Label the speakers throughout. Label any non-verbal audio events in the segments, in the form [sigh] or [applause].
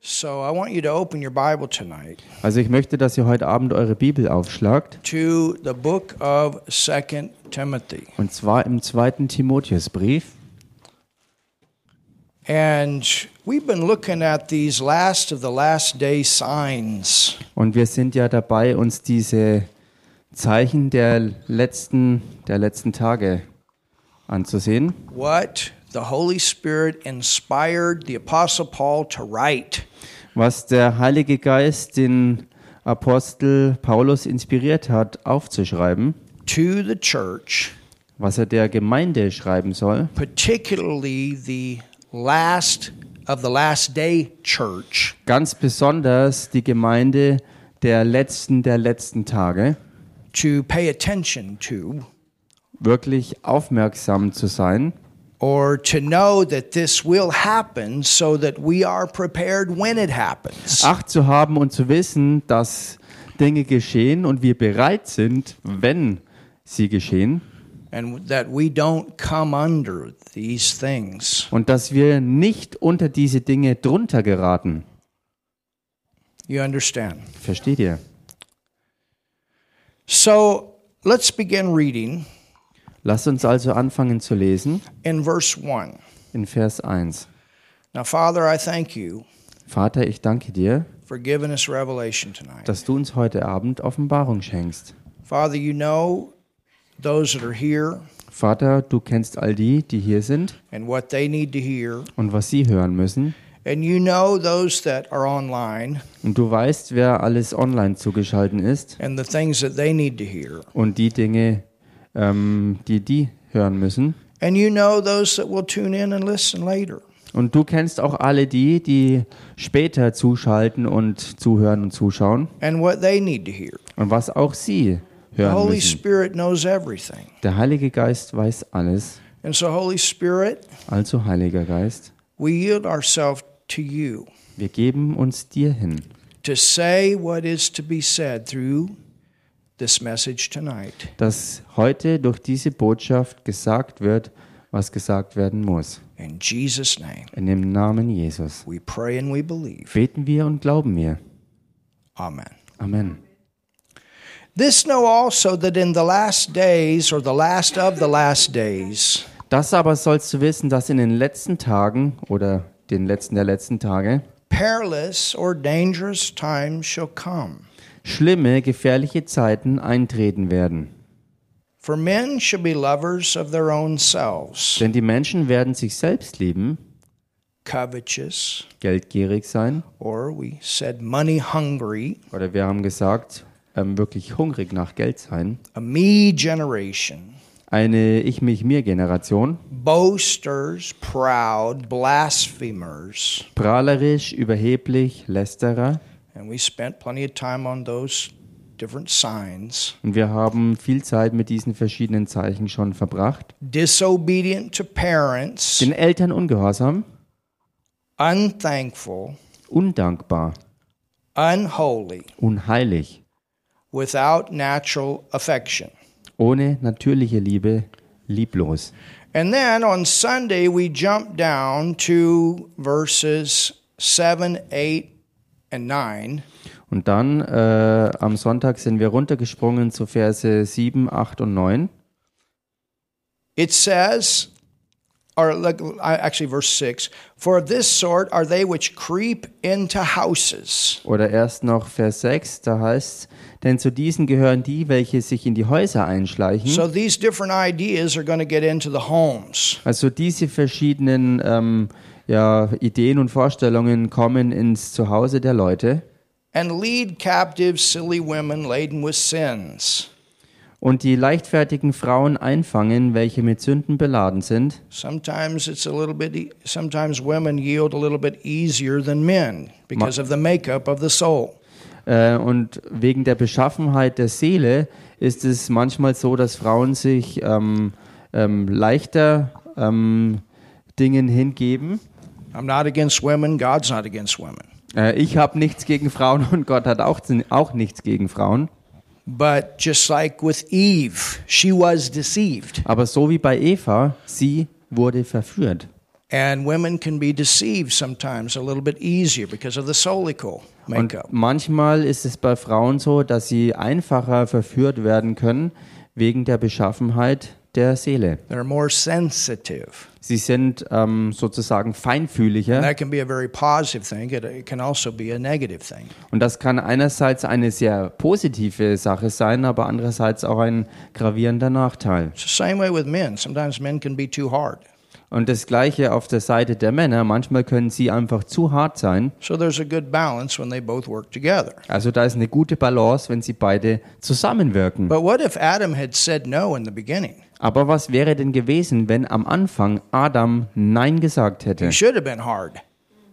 Speaker 1: So I want you to open your Bible tonight
Speaker 2: Also ich möchte, dass ihr heute Abend eure Bibel aufschlagt,
Speaker 1: to the book of Second Timothy.
Speaker 2: und zwar im zweiten Timotheusbrief.
Speaker 1: And we've been looking at these last of the last day signs.
Speaker 2: Und wir sind ja dabei, uns diese Zeichen der letzten, der letzten Tage anzusehen,
Speaker 1: What the Holy Spirit inspired the Apostle Paul to write.
Speaker 2: was der Heilige Geist den Apostel Paulus inspiriert hat, aufzuschreiben,
Speaker 1: to the church,
Speaker 2: was er der Gemeinde schreiben soll,
Speaker 1: particularly the last of the last day church,
Speaker 2: ganz besonders die Gemeinde der letzten, der letzten Tage,
Speaker 1: to pay attention to
Speaker 2: wirklich aufmerksam zu sein
Speaker 1: or to know that this will happen so that we are prepared when it happens.
Speaker 2: Acht zu haben und zu wissen, dass Dinge geschehen und wir bereit sind, wenn sie geschehen
Speaker 1: and that we don't come under these things.
Speaker 2: und dass wir nicht unter diese Dinge drunter geraten.
Speaker 1: You understand?
Speaker 2: Versteht ihr?
Speaker 1: So let's begin reading
Speaker 2: Lasst uns also anfangen zu lesen
Speaker 1: in verse 1.
Speaker 2: in Vers 1.
Speaker 1: Now, Father, I thank you
Speaker 2: Vater, ich danke dir,
Speaker 1: for giving us revelation tonight.
Speaker 2: dass du uns heute Abend Offenbarung schenkst.
Speaker 1: Father, you know those that are here.
Speaker 2: Vater, du kennst all die, die hier sind
Speaker 1: and what they need to hear.
Speaker 2: und was sie hören müssen.
Speaker 1: And you know those that are online
Speaker 2: Und du weißt, wer alles online zugeschaltet ist
Speaker 1: and the things that they need to hear.
Speaker 2: und die Dinge, ähm, die die hören müssen.
Speaker 1: And you know those that will tune in and listen later.
Speaker 2: Und du kennst auch alle die, die später zuschalten und zuhören und zuschauen
Speaker 1: And what they need to hear.
Speaker 2: und was auch sie
Speaker 1: The
Speaker 2: hören
Speaker 1: Holy
Speaker 2: müssen.
Speaker 1: Spirit knows everything.
Speaker 2: Der Heilige Geist weiß alles.
Speaker 1: And so, Holy Spirit,
Speaker 2: Also Heiliger Geist,
Speaker 1: we yield ourselves to you
Speaker 2: wir geben uns dir hin,
Speaker 1: to say what is to be said through this message tonight.
Speaker 2: dass heute durch diese Botschaft gesagt wird, was gesagt werden muss.
Speaker 1: In Jesus' name,
Speaker 2: In dem Namen Jesus
Speaker 1: we pray and we believe.
Speaker 2: beten wir und glauben wir.
Speaker 1: Amen.
Speaker 2: Amen.
Speaker 1: This know also that in the last days, or the last of the last days,
Speaker 2: Das aber sollst du wissen, dass in den letzten Tagen oder den letzten der letzten Tage
Speaker 1: perilous or dangerous times shall come.
Speaker 2: schlimme, gefährliche Zeiten eintreten werden.
Speaker 1: For men shall be lovers of their own selves,
Speaker 2: Denn die Menschen werden sich selbst lieben,
Speaker 1: covetous,
Speaker 2: geldgierig sein
Speaker 1: or we said money hungry,
Speaker 2: oder wir haben gesagt, ähm, wirklich hungrig nach Geld sein.
Speaker 1: a me generation,
Speaker 2: Eine Ich, mich, mir Generation,
Speaker 1: boasters, proud, blasphemers.
Speaker 2: prahlerisch, überheblich, lästerer.
Speaker 1: And we spent plenty of time on those different signs.
Speaker 2: Und wir haben viel Zeit mit diesen verschiedenen Zeichen schon verbracht.
Speaker 1: Disobedient to parents,
Speaker 2: Den Eltern ungehorsam,
Speaker 1: unthankful,
Speaker 2: undankbar,
Speaker 1: unholy,
Speaker 2: unheilig,
Speaker 1: without natural affection.
Speaker 2: ohne natürliche Liebe, lieblos.
Speaker 1: And then on Sunday, we jump down to verses 7, 8, and 9.
Speaker 2: Und dann äh, am Sonntag sind wir runtergesprungen zu Verse 7, 8 und 9.
Speaker 1: It says, or look, I- actually, verse 6 For of this sort are they which creep into houses.
Speaker 2: Oder erst noch Vers 6, da heißt denn zu diesen gehören die, welche sich in die Häuser einschleichen.
Speaker 1: So these different ideas are going to get into the homes.
Speaker 2: also diese verschiedenen ähm, ja, Ideen und Vorstellungen kommen ins Zuhause der Leute
Speaker 1: And lead captive silly women laden with sins.
Speaker 2: und die leichtfertigen Frauen einfangen, welche mit Sünden beladen sind.
Speaker 1: Sometimes it's a little bit, e- sometimes women yield a little bit easier than men because of the makeup of the soul.
Speaker 2: Äh, und wegen der Beschaffenheit der Seele ist es manchmal so, dass Frauen sich ähm, ähm, leichter ähm, Dingen hingeben.
Speaker 1: I'm not against women. God's not against women.
Speaker 2: Äh, ich habe nichts gegen Frauen und Gott hat auch, auch nichts gegen Frauen.
Speaker 1: But just like with Eve, she was deceived.
Speaker 2: Aber so wie bei Eva, sie wurde verführt.
Speaker 1: And women can be deceived sometimes a little bit easier because of the solical
Speaker 2: Und
Speaker 1: makeup.
Speaker 2: manchmal ist es bei Frauen so, dass sie einfacher verführt werden können wegen der Beschaffenheit der Seele.
Speaker 1: They're more sensitive.
Speaker 2: Sie sind ähm, sozusagen feinfühliger
Speaker 1: That can be a very positive thing. It, it can also be a negative thing.
Speaker 2: und das kann einerseits eine sehr positive Sache sein, aber andererseits auch ein gravierender Nachteil.
Speaker 1: It's the same way with men. Sometimes men can be too hard.
Speaker 2: Und das gleiche auf der Seite der Männer, manchmal können sie einfach zu hart sein.
Speaker 1: So there's a good balance when they both work together.
Speaker 2: Also da ist eine gute Balance, wenn sie beide zusammenwirken.
Speaker 1: But what if Adam had said no in the beginning?
Speaker 2: Aber was wäre denn gewesen, wenn am Anfang Adam Nein gesagt hätte?
Speaker 1: He should have been hard.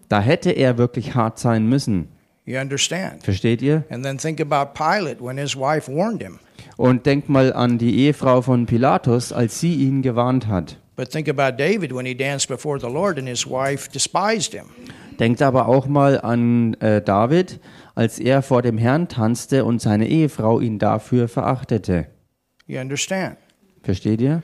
Speaker 2: Da hätte er wirklich hart sein müssen.
Speaker 1: You understand?
Speaker 2: Versteht ihr?
Speaker 1: And then think about Pilate when his wife warned him.
Speaker 2: Und denkt mal an die Ehefrau von Pilatus, als sie ihn gewarnt hat.
Speaker 1: But think about David when he danced before the Lord and his wife despised him.
Speaker 2: Denkt aber auch mal an äh, David, als er vor dem Herrn tanzte und seine Ehefrau ihn dafür verachtete.
Speaker 1: You understand?
Speaker 2: Versteht ihr?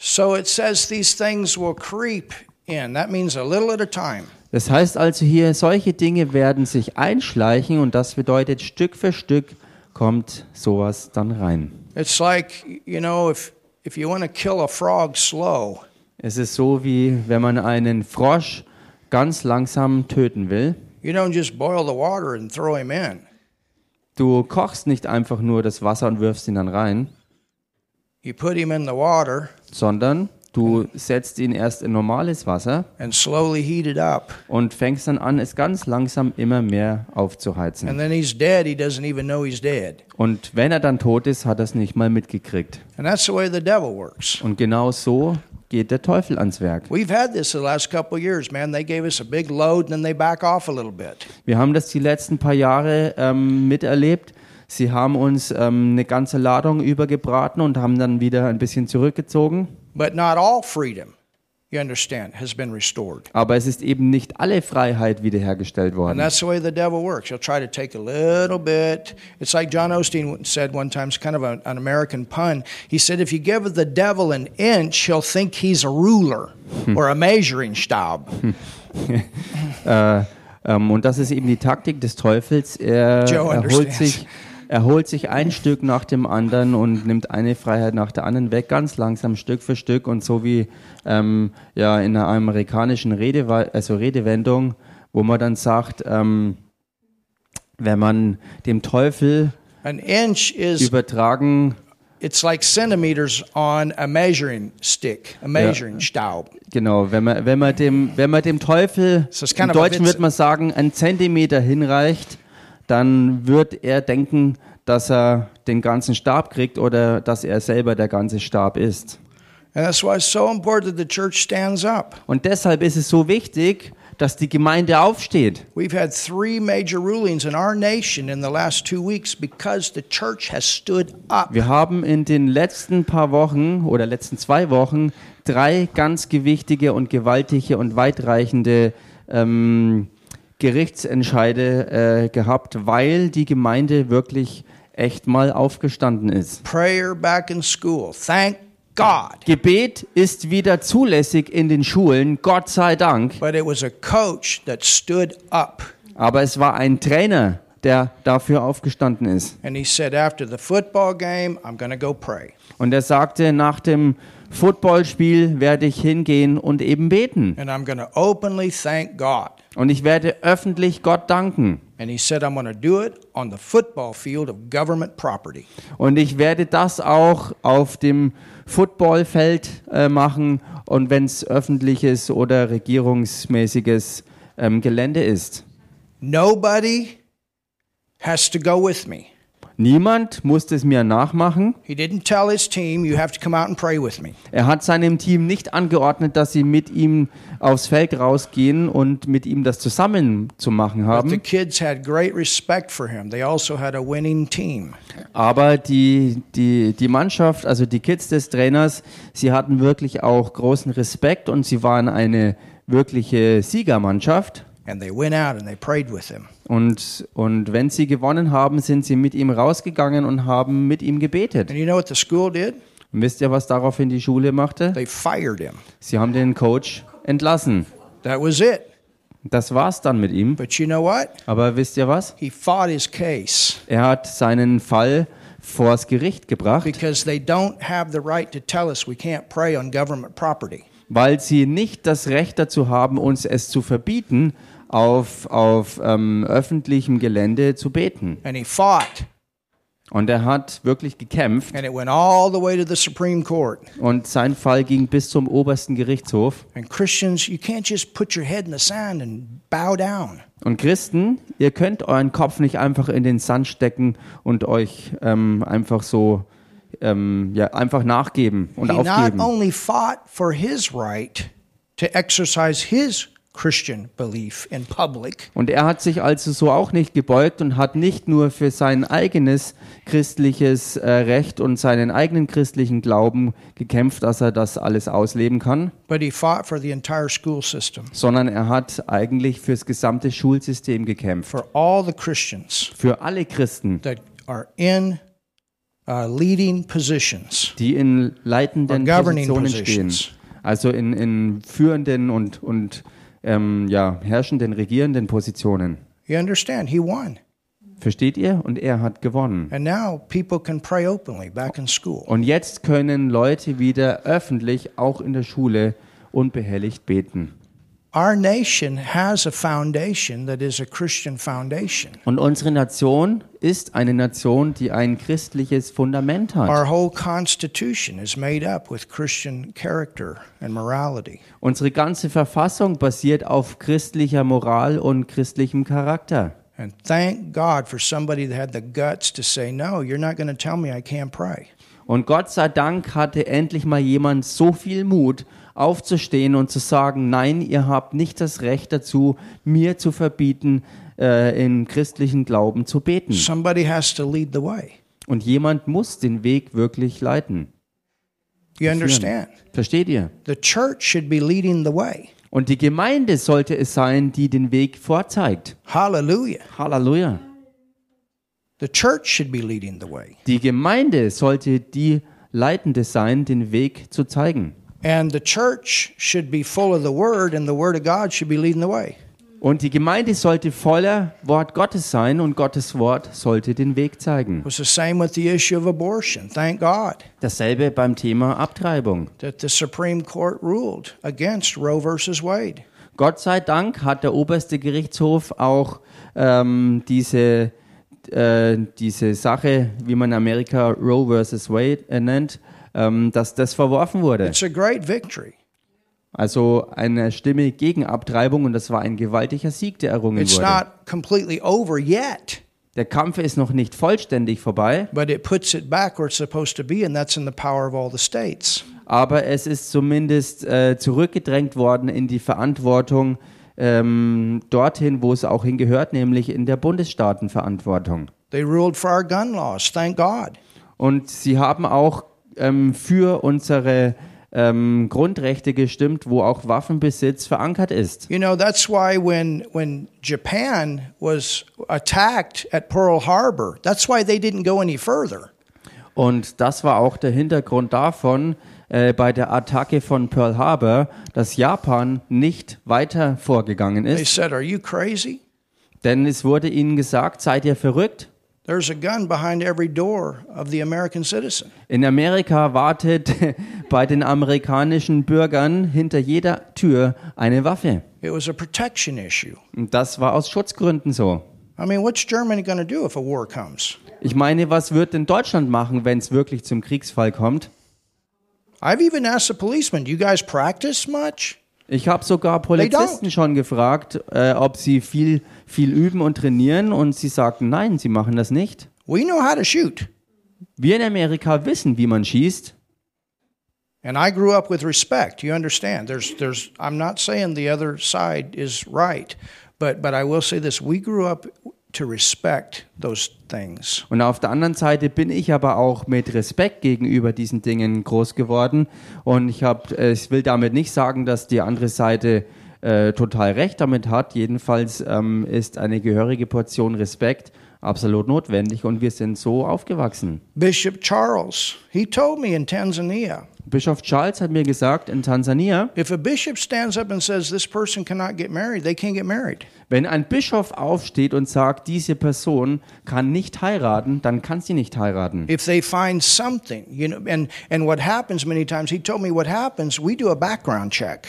Speaker 1: So it says these things will creep in. That means a little at a time.
Speaker 2: Das heißt also hier, solche Dinge werden sich einschleichen und das bedeutet, Stück für Stück kommt sowas dann rein.
Speaker 1: It's like, you know, if, if you want to kill a frog slow,
Speaker 2: Es ist so, wie wenn man einen Frosch ganz langsam töten will.
Speaker 1: you don't just boil the water and throw him in.
Speaker 2: Du kochst nicht einfach nur das Wasser und wirfst ihn dann rein,
Speaker 1: You put him in the water
Speaker 2: sondern du setzt ihn erst in normales Wasser
Speaker 1: and slowly heat it up.
Speaker 2: und fängst dann an, es ganz langsam immer mehr aufzuheizen.
Speaker 1: And then he's dead. He doesn't even know he's dead.
Speaker 2: Und wenn er dann tot ist, hat er es nicht mal mitgekriegt.
Speaker 1: And that's the way the devil works.
Speaker 2: Und genau so geht der Teufel ans Werk.
Speaker 1: We've had this the last couple of years, man. They gave us a big load and then they back off a little bit.
Speaker 2: Wir haben das die letzten paar Jahre ähm, miterlebt. Sie haben uns ähm, eine ganze Ladung übergebraten und haben dann wieder ein bisschen zurückgezogen.
Speaker 1: But not all freedom, you understand, has been restored.
Speaker 2: Aber es ist eben nicht alle Freiheit wiederhergestellt
Speaker 1: And
Speaker 2: worden.
Speaker 1: that's the way the devil works. He'll try to take a little bit. It's like John Osteen said one time, it's kind of a- an American pun. He said, If you give the devil an inch, he'll think he's a ruler or a measuring stab.
Speaker 2: Äh, ähm, und das ist eben die Taktik des Teufels. Er
Speaker 1: Joe
Speaker 2: erholt
Speaker 1: understands.
Speaker 2: sich, er holt sich ein Stück nach dem anderen und nimmt eine Freiheit nach der anderen weg, ganz langsam, Stück für Stück. Und so wie ähm, ja, in einer amerikanischen Redewe also Redewendung, wo man dann sagt, ähm, wenn man dem Teufel
Speaker 1: An inch is,
Speaker 2: übertragen,
Speaker 1: it's like centimeters on a measuring stick, a measuring stab.
Speaker 2: genau, wenn man, wenn man, dem, wenn man dem Teufel,
Speaker 1: So ist
Speaker 2: im
Speaker 1: kind of a
Speaker 2: Deutschen
Speaker 1: Witz.
Speaker 2: würde man sagen, einen Zentimeter hinreicht, dann wird er denken, dass er den ganzen Stab kriegt oder dass er selber der ganze Stab ist.
Speaker 1: And that's why it's so important that the church stands up.
Speaker 2: Und deshalb ist es so wichtig, dass die Gemeinde aufsteht.
Speaker 1: We've had three major rulings in our nation in the last two weeks because the church has stood up.
Speaker 2: Wir haben in den letzten paar Wochen oder letzten zwei Wochen drei ganz gewichtige und gewaltige und weitreichende ähm, Gerichtsentscheide äh, gehabt, weil die Gemeinde wirklich echt mal aufgestanden ist.
Speaker 1: Prayer back in school. Thank God.
Speaker 2: Gebet ist wieder zulässig in den Schulen, Gott sei Dank.
Speaker 1: But it was a coach that stood up.
Speaker 2: Aber es war ein Trainer, der dafür aufgestanden ist.
Speaker 1: And he said, after the football game, I'm going to go pray.
Speaker 2: Und er sagte, nach dem Footballspiel werde ich hingehen und eben beten.
Speaker 1: And I'm going to openly thank God.
Speaker 2: Und ich werde öffentlich Gott danken.
Speaker 1: And he said, I'm going to do it on the football field of government property.
Speaker 2: Und ich werde das auch auf dem Footballfeld äh, machen und wenn es öffentliches oder regierungsmäßiges ähm, Gelände ist.
Speaker 1: Nobody has to go with me.
Speaker 2: Niemand musste es mir nachmachen.
Speaker 1: He didn't tell his team, you have to come out and pray with me.
Speaker 2: Er hat seinem Team nicht angeordnet, dass sie mit ihm aufs Feld rausgehen und mit ihm das zusammen zu machen
Speaker 1: The
Speaker 2: haben.
Speaker 1: kids had great respect for him. They also had a winning team.
Speaker 2: Aber die, die, die Mannschaft, also die Kids des Trainers, sie hatten wirklich auch großen Respekt und sie waren eine wirkliche Siegermannschaft.
Speaker 1: And they went out and they prayed with him.
Speaker 2: Und, und wenn sie gewonnen haben, sind sie mit ihm rausgegangen und haben mit ihm gebetet.
Speaker 1: And you know what the school did?
Speaker 2: Und wisst ihr, was daraufhin die Schule machte?
Speaker 1: They fired him.
Speaker 2: Sie haben den Coach entlassen.
Speaker 1: That was it.
Speaker 2: Das war's dann mit ihm.
Speaker 1: But you know what?
Speaker 2: Aber wisst ihr was?
Speaker 1: He fought his case
Speaker 2: Er hat seinen Fall vors Gericht gebracht,
Speaker 1: because they don't have the right to tell us we can't prey on government property.
Speaker 2: weil sie nicht das Recht dazu haben, uns es zu verbieten, auf, auf ähm, öffentlichem Gelände zu beten.
Speaker 1: And he fought,
Speaker 2: Und er hat wirklich gekämpft
Speaker 1: and it went all the way to the Supreme Court.
Speaker 2: und sein Fall ging bis zum obersten Gerichtshof.
Speaker 1: And Christians, you can't just put your head in the sand and bow down.
Speaker 2: Und Christen, ihr könnt euren Kopf nicht einfach in den Sand stecken und euch ähm, einfach so ähm, ja, einfach nachgeben und
Speaker 1: He not
Speaker 2: aufgeben.
Speaker 1: only fought for his right to exercise his Christian belief in public,
Speaker 2: Und er hat sich also so auch nicht gebeugt und hat nicht nur für sein eigenes christliches äh, Recht und seinen eigenen christlichen Glauben gekämpft, dass er das alles ausleben kann,
Speaker 1: but he fought for the entire school system,
Speaker 2: sondern er hat eigentlich fürs gesamte Schulsystem gekämpft.
Speaker 1: for all the Christians
Speaker 2: Für alle Christen,
Speaker 1: that are in uh, leading positions.
Speaker 2: die in leitenden
Speaker 1: Or governing
Speaker 2: Positionen stehen.
Speaker 1: positions.
Speaker 2: Also in, in führenden und, und ähm, ja, herrschenden, regierenden Positionen.
Speaker 1: You understand? He won.
Speaker 2: Versteht ihr? Und er hat gewonnen.
Speaker 1: And now people can pray openly back in school.
Speaker 2: Und jetzt können Leute wieder öffentlich, auch in der Schule, unbehelligt beten.
Speaker 1: Our nation has a foundation that is a Christian foundation.
Speaker 2: Und unsere Nation ist eine Nation, die ein christliches Fundament hat.
Speaker 1: Our whole Constitution is made up with Christian character and morality.
Speaker 2: Unsere ganze Verfassung basiert auf christlicher Moral und christlichem Charakter.
Speaker 1: And thank God for somebody that had the guts to say, No, you're not going to tell me I can't pray.
Speaker 2: Und Gott sei Dank hatte endlich mal jemand so viel Mut, aufzustehen und zu sagen, nein, ihr habt nicht das Recht dazu, mir zu verbieten, äh, im christlichen Glauben zu beten.
Speaker 1: Somebody has to lead the way.
Speaker 2: Und jemand muss den Weg wirklich leiten.
Speaker 1: You understand?
Speaker 2: Versteht ihr?
Speaker 1: The church should be leading the way.
Speaker 2: Und die Gemeinde sollte es sein, die den Weg vorzeigt.
Speaker 1: Hallelujah.
Speaker 2: Halleluja.
Speaker 1: The church should be leading the way.
Speaker 2: Die Gemeinde sollte die Leitende sein, den Weg zu zeigen.
Speaker 1: And the church should be full of the word, and the word of God should be leading the way.
Speaker 2: Und die Gemeinde sollte voller Wort Gottes sein und Gottes Wort sollte den Weg
Speaker 1: It
Speaker 2: zeigen.
Speaker 1: was the same with the issue of abortion. Thank God
Speaker 2: Dasselbe beim Thema Abtreibung.
Speaker 1: that the Supreme Court ruled against Roe versus Wade.
Speaker 2: Gott sei Dank hat der oberste Gerichtshof auch ähm, diese, äh, diese Sache, wie man in Amerika Roe versus Wade äh, nennt, ähm, dass das verworfen wurde.
Speaker 1: It's a great victory.
Speaker 2: Also eine Stimme gegen Abtreibung und das war ein gewaltiger Sieg, der errungen
Speaker 1: It's
Speaker 2: wurde.
Speaker 1: not completely over yet,
Speaker 2: Der Kampf ist noch nicht vollständig vorbei,
Speaker 1: but it puts it back where it's supposed to be, and that's in the power of all the states.
Speaker 2: aber es ist zumindest äh, zurückgedrängt worden in die Verantwortung ähm, dorthin, wo es auch hingehört, nämlich in der Bundesstaatenverantwortung.
Speaker 1: They ruled for our gun laws. Thank God.
Speaker 2: Und sie haben auch ähm, für unsere ähm, Grundrechte gestimmt, wo auch Waffenbesitz verankert ist.
Speaker 1: You know, that's why when when Japan was attacked at Pearl Harbor, that's why they didn't go any further.
Speaker 2: Und das war auch der Hintergrund davon, äh, bei der Attacke von Pearl Harbor, dass Japan nicht weiter vorgegangen
Speaker 1: They
Speaker 2: ist.
Speaker 1: said, "Are you crazy?
Speaker 2: Denn es wurde ihnen gesagt, seid ihr verrückt?
Speaker 1: There's a gun behind every door of the American citizen."
Speaker 2: In Amerika wartet [laughs] bei den amerikanischen Bürgern hinter jeder Tür eine Waffe.
Speaker 1: It was a protection issue.
Speaker 2: Und das war aus Schutzgründen so.
Speaker 1: I mean, what's Germany going to do if a war comes?
Speaker 2: Ich meine, was wird denn Deutschland machen, wenn es wirklich zum Kriegsfall kommt?
Speaker 1: I've even asked the policeman, "Do you guys practice much?"
Speaker 2: Ich habe sogar Polizisten schon gefragt, äh, ob sie viel, viel üben und trainieren und sie sagten, nein, sie machen das nicht.
Speaker 1: We know how to shoot.
Speaker 2: Wir in Amerika wissen, wie man schießt.
Speaker 1: And I grew up with respect. You understand? There's, there's. I'm not saying the other side is right, but but I will say this: we grew up to respect those things.
Speaker 2: Und auf der anderen Seite bin ich aber auch mit Respekt gegenüber diesen Dingen groß geworden. Und ich, hab, äh, ich will damit nicht sagen, dass die andere Seite äh, total recht damit hat. Jedenfalls ähm, ist eine gehörige Portion Respekt absolut notwendig und wir sind so aufgewachsen.
Speaker 1: Bishop Charles, he told me in Tanzania,
Speaker 2: Bischof Charles hat mir gesagt, in Tansania,
Speaker 1: If a bishop stands up and says this person cannot get married, they can't get married.
Speaker 2: wenn ein Bischof aufsteht und sagt, diese Person kann nicht heiraten, dann kann sie nicht heiraten.
Speaker 1: If they find something, you know, and and what happens many times, he told me what happens. We do a background check.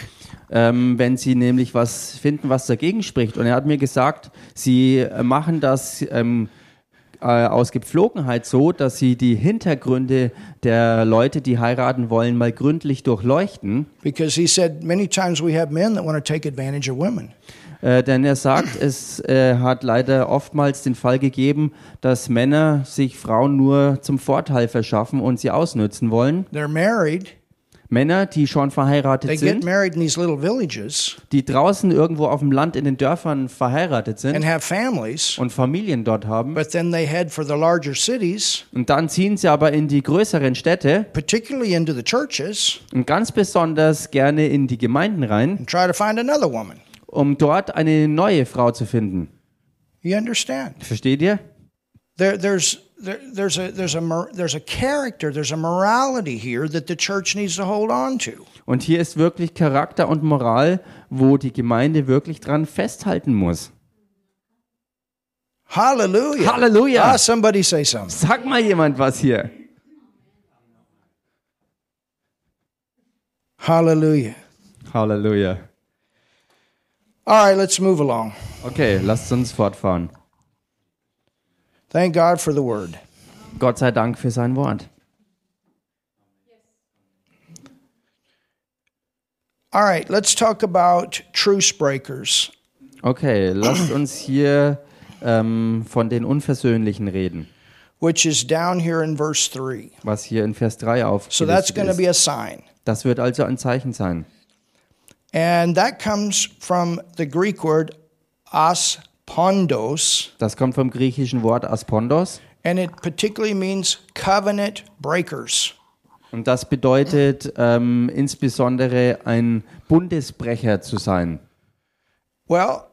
Speaker 2: ähm, wenn sie nämlich was finden, was dagegen spricht. Und er hat mir gesagt, sie äh, machen das ähm, äh, aus Gepflogenheit so, dass sie die Hintergründe der Leute, die heiraten wollen, mal gründlich durchleuchten.
Speaker 1: Because he said many times we have men that want to take advantage of women.
Speaker 2: Äh, denn er sagt, es äh, hat leider oftmals den Fall gegeben, dass Männer sich Frauen nur zum Vorteil verschaffen und sie ausnützen wollen.
Speaker 1: They're married.
Speaker 2: Männer, die schon
Speaker 1: They
Speaker 2: verheiratet
Speaker 1: get
Speaker 2: sind,
Speaker 1: married in these little villages
Speaker 2: die draußen irgendwo auf dem Land in den Dörfern verheiratet
Speaker 1: and
Speaker 2: sind
Speaker 1: have families,
Speaker 2: und Familien dort haben.
Speaker 1: but then they head for the larger cities,
Speaker 2: Und dann ziehen sie aber in die größeren Städte
Speaker 1: particularly into the churches,
Speaker 2: und ganz besonders gerne in die Gemeinden rein,
Speaker 1: and try to find another woman.
Speaker 2: um dort eine neue Frau zu finden.
Speaker 1: You understand?
Speaker 2: Versteht ihr?
Speaker 1: There, there's there, there's a there's a mor- there's a character, there's a morality here that the church needs to hold on to.
Speaker 2: Und hier ist wirklich Charakter und Moral, wo die Gemeinde wirklich dran festhalten muss.
Speaker 1: Hallelujah.
Speaker 2: Hallelujah.
Speaker 1: Ah, somebody say something.
Speaker 2: Sag mal jemand was hier.
Speaker 1: Hallelujah.
Speaker 2: Halleluja.
Speaker 1: All right, let's move along.
Speaker 2: Okay, lasst uns fortfahren.
Speaker 1: Thank God for the word.
Speaker 2: Gott sei Dank für sein Wort.
Speaker 1: All right, let's talk about truce breakers.
Speaker 2: Okay, lasst uns hier ähm, von den Unversöhnlichen reden,
Speaker 1: which is down here in verse 3.
Speaker 2: was hier in Vers 3
Speaker 1: So that's
Speaker 2: aufgelistet
Speaker 1: going to
Speaker 2: ist.
Speaker 1: be a sign.
Speaker 2: Das wird also ein Zeichen sein.
Speaker 1: And that comes from the Greek word aspondos,
Speaker 2: Das kommt vom griechischen Wort aspondos
Speaker 1: and it particularly means covenant breakers.
Speaker 2: und das bedeutet ähm, insbesondere ein Bundesbrecher zu sein.
Speaker 1: Well,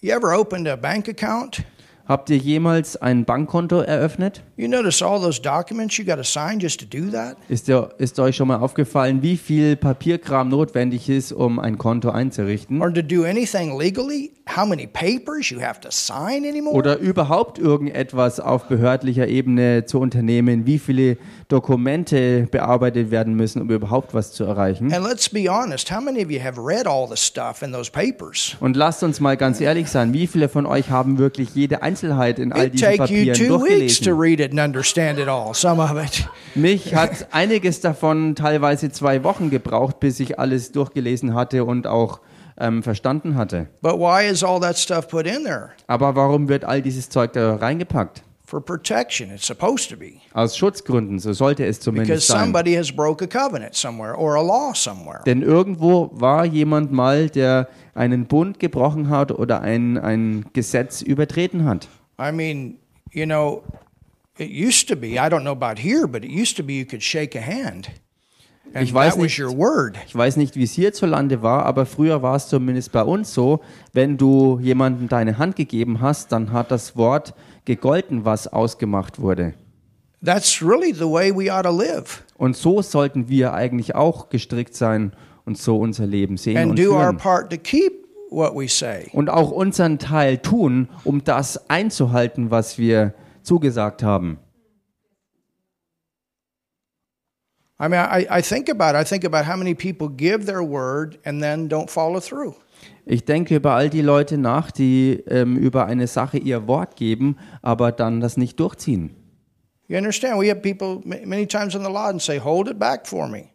Speaker 1: you ever opened a bank account?
Speaker 2: Habt ihr jemals ein Bankkonto eröffnet?
Speaker 1: You notice all those documents you got to sign just to do that?
Speaker 2: Ist, dir, ist euch schon mal aufgefallen, wie viel Papierkram notwendig ist, um ein Konto einzurichten?
Speaker 1: Or to do anything legally? How many papers you have to sign anymore?
Speaker 2: Oder überhaupt irgendetwas auf behördlicher Ebene zu unternehmen? Wie viele Dokumente bearbeitet werden müssen, um überhaupt was zu erreichen?
Speaker 1: And let's be honest, how many of you have read all the stuff in those papers?
Speaker 2: Und lasst uns mal ganz ehrlich sein, wie viele von euch haben wirklich jede Einzelheit in all
Speaker 1: It'd
Speaker 2: diesen
Speaker 1: take you
Speaker 2: Papieren
Speaker 1: two weeks to
Speaker 2: durchgelesen?
Speaker 1: read it and understand it all, some of it.
Speaker 2: Mich hat einiges davon teilweise zwei Wochen gebraucht, bis ich alles durchgelesen hatte und auch ähm, verstanden hatte.
Speaker 1: But why is all that stuff put in there?
Speaker 2: Aber warum wird all dieses Zeug da reingepackt?
Speaker 1: For protection. It's supposed to be.
Speaker 2: Aus Schutzgründen, so sollte es
Speaker 1: Because
Speaker 2: zumindest sein.
Speaker 1: somebody has broke a covenant somewhere or a law somewhere.
Speaker 2: Denn irgendwo war jemand mal, der einen Bund gebrochen hat oder ein, ein Gesetz übertreten hat.
Speaker 1: I mean, you know, it used to be, I don't know about here, but it used to be you could shake a hand. And
Speaker 2: Ich weiß
Speaker 1: that was
Speaker 2: nicht.
Speaker 1: your word.
Speaker 2: Ich weiß nicht, wie es hierzulande war, aber früher war es zumindest bei uns so, wenn du jemandem deine Hand gegeben hast, dann hat das Wort gegolten, was ausgemacht wurde.
Speaker 1: That's really the way we ought to live
Speaker 2: Und so sollten wir eigentlich auch gestrickt sein und so unser Leben sehen
Speaker 1: and
Speaker 2: und
Speaker 1: do our
Speaker 2: führen.
Speaker 1: part to keep what we say.
Speaker 2: Und auch unseren Teil tun, um das einzuhalten, was wir zugesagt haben.
Speaker 1: I mean, I, I think about it. I think about how many people give their word and then don't follow through.
Speaker 2: Ich denke über all die Leute nach, die ähm, über eine Sache ihr Wort geben, aber dann das nicht durchziehen.
Speaker 1: You understand? We have people ma- many times in the lot and say, "Hold it back for me."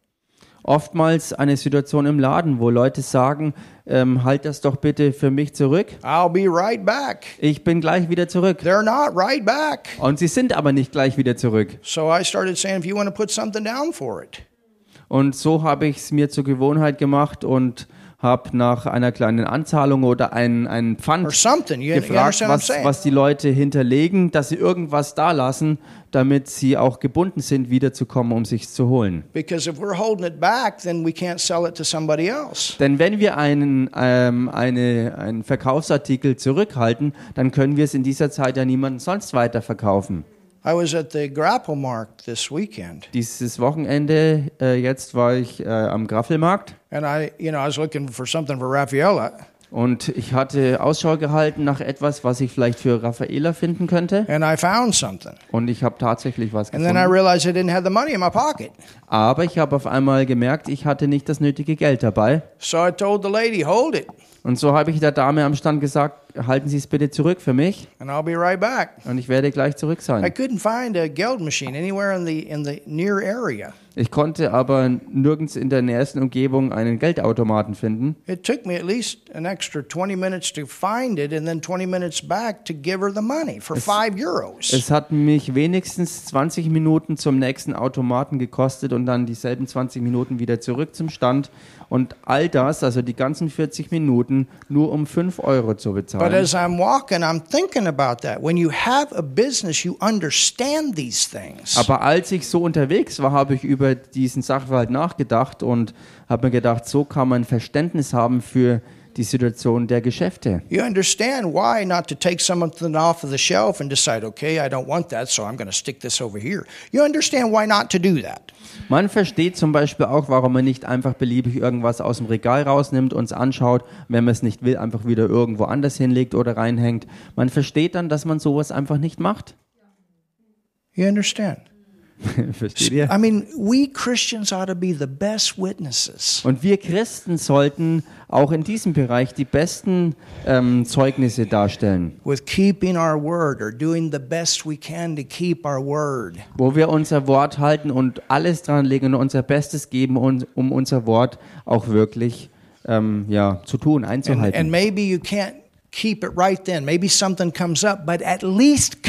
Speaker 2: Oftmals eine Situation im Laden, wo Leute sagen, ähm, halt das doch bitte für mich zurück.
Speaker 1: I'll be right back.
Speaker 2: Ich bin gleich wieder zurück.
Speaker 1: They're not right back.
Speaker 2: Und sie sind aber nicht gleich wieder zurück.
Speaker 1: So I started saying, "If you want to put something down for it,
Speaker 2: Und so habe ich es mir zur Gewohnheit gemacht und habe nach einer kleinen Anzahlung oder einen, einen Pfand
Speaker 1: or something," you, you
Speaker 2: gefragt,
Speaker 1: understand what I'm
Speaker 2: was,
Speaker 1: saying?
Speaker 2: was die Leute hinterlegen, dass sie irgendwas da lassen, damit sie auch gebunden sind, wiederzukommen, um sich zu holen.
Speaker 1: Because if we're holding it back, then we can't sell it to somebody else.
Speaker 2: Denn wenn wir einen, ähm, eine, einen Verkaufsartikel zurückhalten, dann können wir es in dieser Zeit ja niemandem sonst weiterverkaufen.
Speaker 1: I was at the grapple mark this weekend,
Speaker 2: Dieses Wochenende, äh, jetzt war ich äh, am Graffelmarkt
Speaker 1: and I, you know, I was looking for something for Raffaella,
Speaker 2: und ich hatte Ausschau gehalten nach etwas, was ich vielleicht für Raffaela finden könnte.
Speaker 1: and I found something.
Speaker 2: Und ich habe tatsächlich was
Speaker 1: And then I
Speaker 2: gefunden.
Speaker 1: realized I didn't have the money in my pocket.
Speaker 2: Aber ich habe auf einmal gemerkt, ich hatte nicht das nötige Geld dabei.
Speaker 1: So I told the lady, hold it,
Speaker 2: Und so habe ich der Dame am Stand gesagt, halten Sie es bitte zurück für mich
Speaker 1: and I'll be right back.
Speaker 2: und ich werde gleich zurück
Speaker 1: I
Speaker 2: sein.
Speaker 1: couldn't find a geld machine anywhere in the in the near area.
Speaker 2: Ich konnte aber nirgends in der nächsten Umgebung einen Geldautomaten finden.
Speaker 1: It took me at least an extra 20 minutes to find it and then 20 minutes back to give her the money for 5 euros.
Speaker 2: Es hat mich wenigstens 20 Minuten zum nächsten Automaten gekostet und dann dieselben 20 Minuten wieder zurück zum Stand. Und all das, also die ganzen 40 Minuten, nur um 5 Euro zu
Speaker 1: But
Speaker 2: bezahlen.
Speaker 1: as I'm walking, I'm thinking about that. When you have a business, you understand these things.
Speaker 2: Aber als ich so unterwegs war, habe ich über diesen Sachverhalt nachgedacht und habe mir gedacht, so kann man Verständnis haben für die Situation der Geschäfte.
Speaker 1: You understand why not to take something off of the shelf and decide, okay, I don't want that, so I'm going to stick this over here. You understand why not to do that.
Speaker 2: Man versteht zum Beispiel auch, warum man nicht einfach beliebig irgendwas aus dem Regal rausnimmt, uns anschaut, wenn man es nicht will, einfach wieder irgendwo anders hinlegt oder reinhängt. Man versteht dann, dass man sowas einfach nicht macht. [laughs]
Speaker 1: You understand?
Speaker 2: Versteht ihr?
Speaker 1: I mean, we Christians ought to be the best witnesses.
Speaker 2: Und wir Christen sollten auch in diesem Bereich die besten ähm, Zeugnisse darstellen.
Speaker 1: with keeping our word or doing the best we can to keep our word.
Speaker 2: wo wir unser Wort halten und alles dran legen und unser Bestes geben, um, um unser Wort auch wirklich ähm, ja, zu tun, einzuhalten.
Speaker 1: And maybe you can't keep it right then. Maybe something comes up, but at least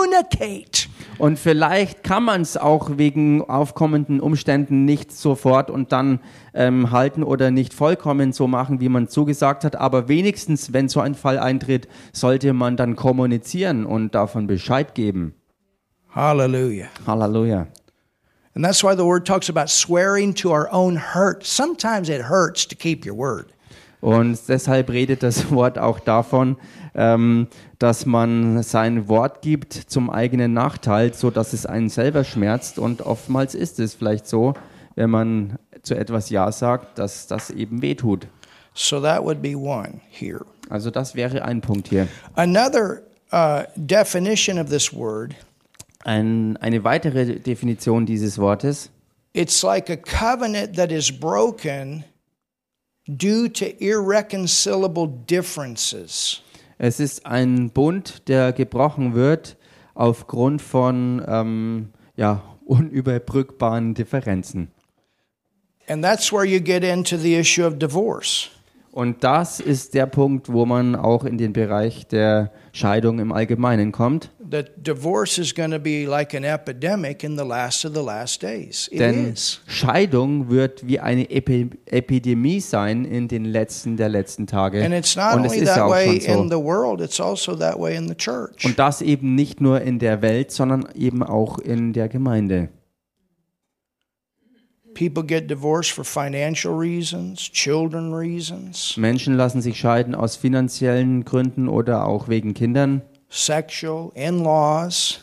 Speaker 1: communicate.
Speaker 2: und vielleicht kann man es auch wegen aufkommenden Umständen nicht sofort und dann ähm, halten oder nicht vollkommen so machen, wie man zugesagt hat, aber wenigstens, wenn so ein Fall eintritt, sollte man dann kommunizieren und davon Bescheid geben.
Speaker 1: Hallelujah.
Speaker 2: Halleluja.
Speaker 1: And that's why the word talks about swearing to our own hurt. Sometimes it hurts to keep your word.
Speaker 2: Und deshalb redet das [laughs] Wort auch davon, ähm, dass man sein Wort gibt zum eigenen Nachteil, so dass es einen selber schmerzt. Und oftmals ist es vielleicht so, wenn man zu etwas Ja sagt, dass das eben wehtut.
Speaker 1: So that would be one here.
Speaker 2: Also das wäre ein Punkt hier.
Speaker 1: Another uh, definition of this word
Speaker 2: Ein, eine weitere Definition dieses Wortes.
Speaker 1: it's like a covenant that is broken due to irreconcilable differences.
Speaker 2: Es ist ein Bund, der gebrochen wird aufgrund von ähm, ja, unüberbrückbaren Differenzen.
Speaker 1: And that's where you get into the issue of divorce.
Speaker 2: Und das ist der Punkt, wo man auch in den Bereich der Scheidung im Allgemeinen kommt.
Speaker 1: That divorce is going to be like an epidemic in the last of the last days. It is.
Speaker 2: Denn Scheidung wird wie eine Epi Epidemie sein in den letzten der letzten Tage.
Speaker 1: And it's not
Speaker 2: Und es
Speaker 1: only
Speaker 2: ist ja
Speaker 1: that
Speaker 2: auch
Speaker 1: way in
Speaker 2: schon so.
Speaker 1: the world, it's also that way in the church.
Speaker 2: Und das eben nicht nur in der Welt, sondern eben auch in der Gemeinde.
Speaker 1: People get divorced for financial reasons, children reasons,
Speaker 2: Menschen lassen sich scheiden aus finanziellen Gründen oder auch wegen Kindern,
Speaker 1: sexual, in laws,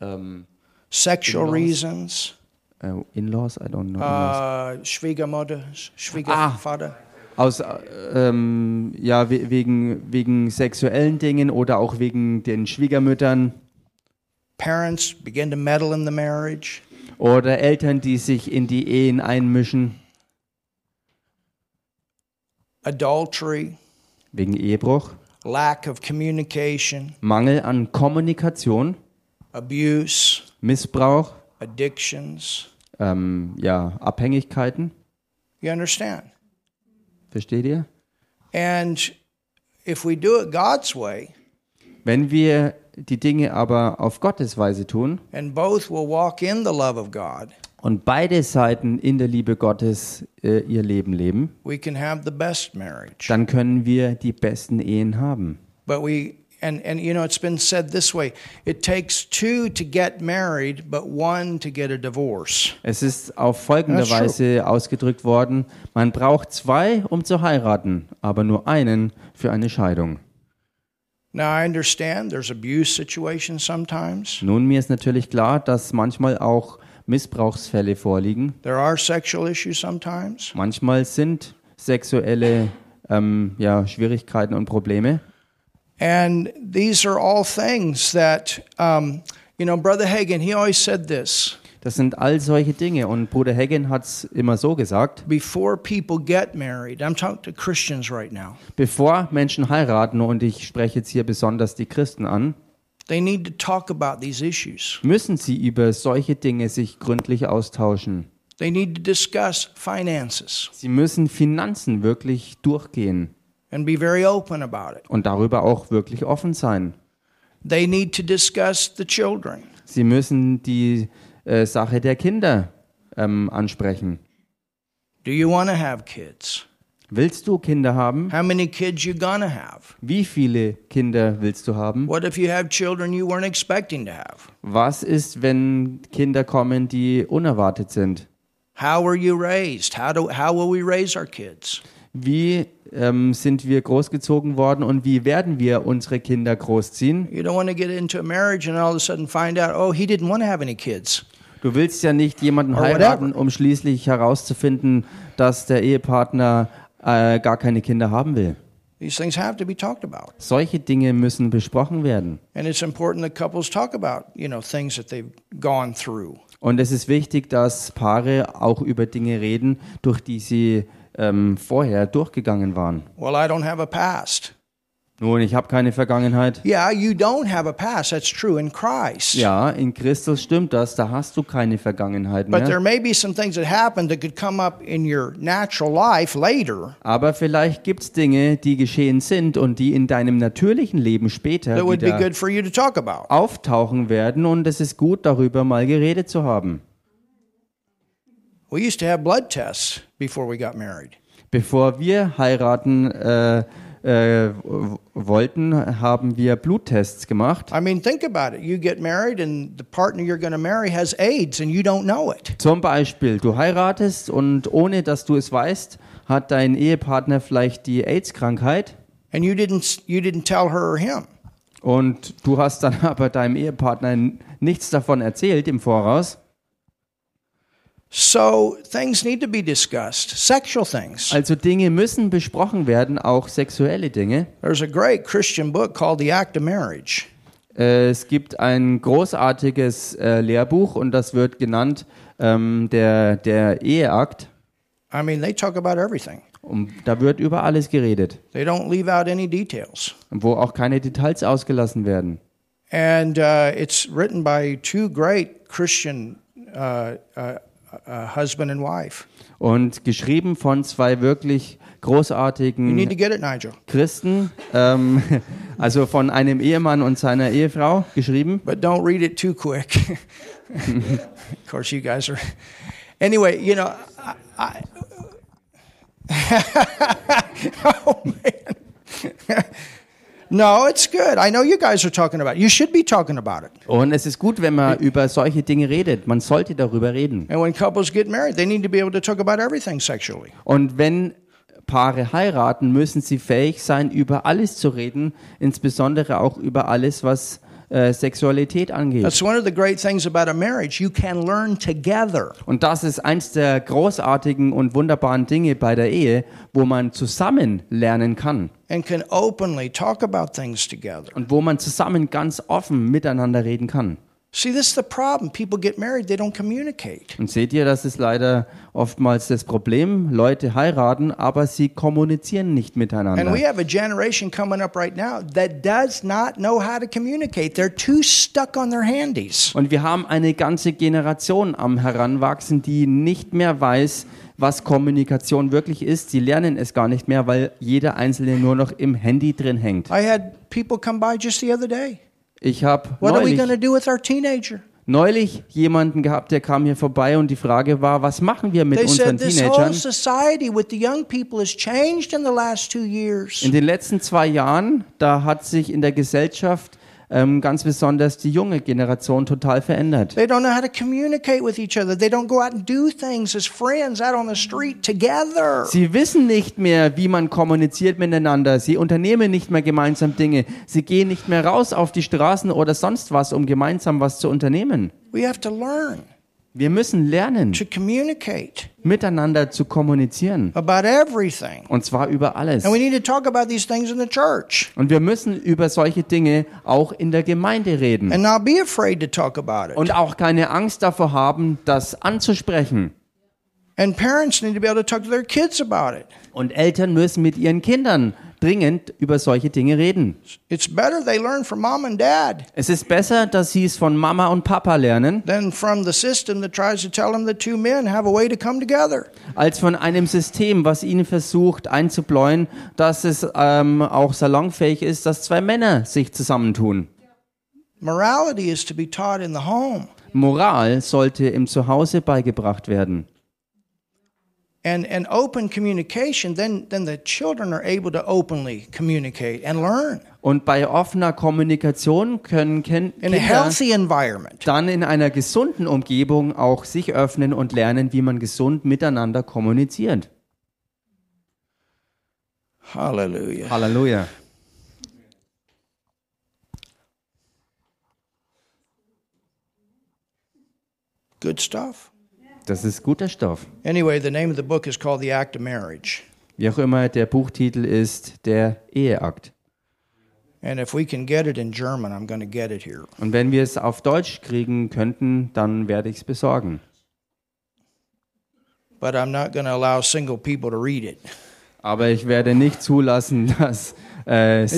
Speaker 2: ähm,
Speaker 1: sexual
Speaker 2: In-laws.
Speaker 1: reasons,
Speaker 2: äh, In-laws, I don't know. In-laws.
Speaker 1: uh, Schwiegermutter,
Speaker 2: Ah.
Speaker 1: Schwiegervater.
Speaker 2: Aus, äh, ähm, ja, we wegen, wegen sexuellen Dingen oder auch wegen den Schwiegermüttern.
Speaker 1: Parents begin to meddle in the marriage.
Speaker 2: Oder Eltern, die sich in die Ehen einmischen
Speaker 1: Adultery,
Speaker 2: wegen Ehebruch,
Speaker 1: lack of communication,
Speaker 2: Mangel an Kommunikation,
Speaker 1: abuse,
Speaker 2: Missbrauch,
Speaker 1: addictions.
Speaker 2: ähm, ja, Abhängigkeiten.
Speaker 1: You understand?
Speaker 2: Versteht ihr?
Speaker 1: And if we do it God's way,
Speaker 2: Wenn wir die Dinge aber auf Gottes Weise tun
Speaker 1: and both will walk in the love of God,
Speaker 2: und beide Seiten in der Liebe Gottes äh, ihr Leben leben,
Speaker 1: we can have the best marriage.
Speaker 2: dann können wir die besten Ehen haben.
Speaker 1: But we and and you know it's been said this way, it takes two to get married, but one to get a divorce.
Speaker 2: Es ist auf folgende
Speaker 1: That's true.
Speaker 2: Weise ausgedrückt worden, man braucht zwei, um zu heiraten, aber nur einen für eine Scheidung.
Speaker 1: Now, I understand there's abuse situations sometimes.
Speaker 2: Nun, mir ist natürlich klar, dass manchmal auch Missbrauchsfälle vorliegen.
Speaker 1: There are sexual issues sometimes.
Speaker 2: Manchmal sind sexuelle ähm, ja, Schwierigkeiten und Probleme.
Speaker 1: And these are all things that, um, you know, Brother Hagen, he always said this
Speaker 2: Das sind all solche Dinge. Und Bruder Hagen hat es immer so gesagt,
Speaker 1: before people get married. I'm talking to Christians right now.
Speaker 2: bevor Menschen heiraten, und ich spreche jetzt hier besonders die Christen an,
Speaker 1: They need to talk about these issues.
Speaker 2: müssen sie über solche Dinge sich gründlich austauschen.
Speaker 1: They need to discuss finances
Speaker 2: Sie müssen Finanzen wirklich durchgehen
Speaker 1: and be very open about it.
Speaker 2: und darüber auch wirklich offen sein.
Speaker 1: They need to discuss the children.
Speaker 2: Sie müssen die äh, Sache der Kinder ähm, ansprechen.
Speaker 1: Do you want to have kids?
Speaker 2: Willst du Kinder haben?
Speaker 1: How many kids you gonna have?
Speaker 2: Wie viele Kinder willst du haben?
Speaker 1: What if you have children you weren't expecting to have?
Speaker 2: Was ist, wenn Kinder kommen, die unerwartet sind?
Speaker 1: How were you raised? How do how will we raise our kids?
Speaker 2: Wie ähm, sind wir großgezogen worden und wie werden wir unsere Kinder großziehen?
Speaker 1: You don't want to get into a marriage and all of a sudden find out, oh, he didn't want to have any kids.
Speaker 2: Du willst ja nicht jemanden
Speaker 1: Or
Speaker 2: heiraten, um schließlich herauszufinden, dass der Ehepartner äh, gar keine Kinder haben will.
Speaker 1: These things have to be talked about.
Speaker 2: Solche Dinge müssen besprochen werden.
Speaker 1: And it's important that couples talk about, you know, things that they've gone through.
Speaker 2: Und es ist wichtig, dass Paare auch über Dinge reden, durch die sie ähm, vorher durchgegangen waren.
Speaker 1: Well, I don't have a past.
Speaker 2: Nun, ich habe keine Vergangenheit.
Speaker 1: Yeah, you don't have a past. That's true in Christ.
Speaker 2: Ja, in Christus stimmt das, da hast du keine Vergangenheit
Speaker 1: But
Speaker 2: mehr.
Speaker 1: there may be some things that happened that could come up in your natural life later
Speaker 2: Aber vielleicht gibt es Dinge, die geschehen sind und die in deinem natürlichen Leben später
Speaker 1: that would be
Speaker 2: wieder
Speaker 1: good for you to talk about.
Speaker 2: auftauchen werden und es ist gut, darüber mal geredet zu haben.
Speaker 1: We used to have blood tests before we got married.
Speaker 2: Bevor wir heiraten äh, äh, w- wollten, haben wir Bluttests gemacht.
Speaker 1: I mean, think about it. You get married, and the partner you're going to marry has AIDS, and you don't know it.
Speaker 2: Zum Beispiel, du heiratest und ohne dass du es weißt, hat dein Ehepartner vielleicht die AIDS-Krankheit
Speaker 1: And you didn't, you didn't tell her or him.
Speaker 2: und du hast dann [laughs] aber deinem Ehepartner n- nichts davon erzählt im Voraus.
Speaker 1: So things need to be discussed, sexual things.
Speaker 2: Also Dinge müssen besprochen werden, auch sexuelle Dinge.
Speaker 1: There's a great Christian book called The Act of Marriage.
Speaker 2: Äh, Es gibt ein großartiges äh, Lehrbuch und das wird genannt ähm, der, der Eheakt.
Speaker 1: I mean, they talk about everything.
Speaker 2: Und da wird über alles geredet,
Speaker 1: They don't leave out any details.
Speaker 2: wo auch keine Details ausgelassen werden.
Speaker 1: And uh, it's written by two great Christian uh, uh, uh, husband and wife.
Speaker 2: Und geschrieben von zwei wirklich
Speaker 1: You need
Speaker 2: großartigen
Speaker 1: to get it, Nigel.
Speaker 2: Christen, ähm, [laughs] also von einem Ehemann und seiner Ehefrau geschrieben.
Speaker 1: But don't read it too quick. [laughs] of course, you guys are. Anyway, you know, I. I [laughs] oh, man. no, it's good. I know you guys are talking about it. You should be talking about it.
Speaker 2: Und es ist gut, wenn man über solche Dinge redet. Man sollte darüber reden.
Speaker 1: And when couples get married, they need to be able to talk about everything sexually.
Speaker 2: Und wenn Paare heiraten, müssen sie fähig sein, über alles zu reden, insbesondere auch über alles, was äh, Sexualität angeht.
Speaker 1: That's one of the great things about a marriage. You can learn together.
Speaker 2: Und das ist eins der großartigen und wunderbaren Dinge bei der Ehe, wo man zusammen lernen kann
Speaker 1: and can openly talk about things together.
Speaker 2: und wo man zusammen ganz offen miteinander reden kann.
Speaker 1: See, this is the problem. People get married, they don't communicate.
Speaker 2: Und seht ihr, das ist leider oftmals das Problem. Leute heiraten, aber sie kommunizieren nicht
Speaker 1: And we
Speaker 2: miteinander.
Speaker 1: have a generation coming up right now that does not know how to communicate. They're too stuck on their handies.
Speaker 2: Und wir haben eine ganze Generation am Heranwachsen, die nicht mehr weiß, was Kommunikation wirklich ist. Sie lernen es gar nicht mehr, weil jeder Einzelne nur noch im Handy drin hängt.
Speaker 1: I had people come by just the other day.
Speaker 2: Ich habe
Speaker 1: What are we going
Speaker 2: neulich,
Speaker 1: to do with our teenager?
Speaker 2: neulich jemanden gehabt, der kam hier vorbei und die Frage war, was machen wir mit
Speaker 1: They
Speaker 2: unseren
Speaker 1: said this whole
Speaker 2: Teenagern?
Speaker 1: society with the young people has changed in the last two years.
Speaker 2: In den letzten zwei Jahren, da hat sich in der Gesellschaft ähm, ganz besonders die junge Generation total verändert.
Speaker 1: They don't know how to communicate with each other. They don't go out and do things as friends out on the street together.
Speaker 2: Sie wissen nicht mehr, wie man kommuniziert miteinander. Sie unternehmen nicht mehr gemeinsam Dinge. Sie gehen nicht mehr raus auf die Straßen oder sonst was, um gemeinsam was zu unternehmen.
Speaker 1: We have to learn
Speaker 2: Wir müssen lernen,
Speaker 1: to communicate
Speaker 2: miteinander zu kommunizieren.
Speaker 1: about everything.
Speaker 2: Und zwar über alles.
Speaker 1: And we need to talk about these things in the church
Speaker 2: Und wir müssen über solche Dinge auch in der Gemeinde reden.
Speaker 1: and not be afraid to talk about it.
Speaker 2: Und auch keine Angst davor haben, das anzusprechen.
Speaker 1: And parents need to be able to talk to their kids about it.
Speaker 2: Und Eltern müssen mit ihren Kindern dringend über solche Dinge reden.
Speaker 1: It's better they learn from mom and dad
Speaker 2: Es ist besser, dass sie es von Mama und Papa lernen,
Speaker 1: than from the system that tries to tell them the two men have a way to come together.
Speaker 2: als von einem System, was ihnen versucht einzubläuen, dass es ähm, auch salonfähig ist, dass zwei Männer sich zusammentun.
Speaker 1: Morality is to be taught in the home.
Speaker 2: Moral sollte im Zuhause beigebracht werden.
Speaker 1: and and open communication then then the children are able to openly communicate and learn
Speaker 2: Und bei offener Kommunikation können Ken-
Speaker 1: in a
Speaker 2: Kinder
Speaker 1: healthy environment
Speaker 2: dann in einer gesunden Umgebung auch sich öffnen und lernen, wie man gesund miteinander kommuniziert.
Speaker 1: hallelujah
Speaker 2: Halleluja.
Speaker 1: good stuff
Speaker 2: Das ist guter Stoff.
Speaker 1: anyway the name of the book is called the act of marriage
Speaker 2: Wie auch immer, der Buchtitel ist Der Eheakt.
Speaker 1: and if we can get it in german i'm going to get it here
Speaker 2: Und wenn wir es auf Deutsch kriegen könnten, dann werde ich es besorgen.
Speaker 1: but i'm not going to allow single people to read it
Speaker 2: Aber ich werde nicht zulassen, [laughs] dass äh,
Speaker 1: it's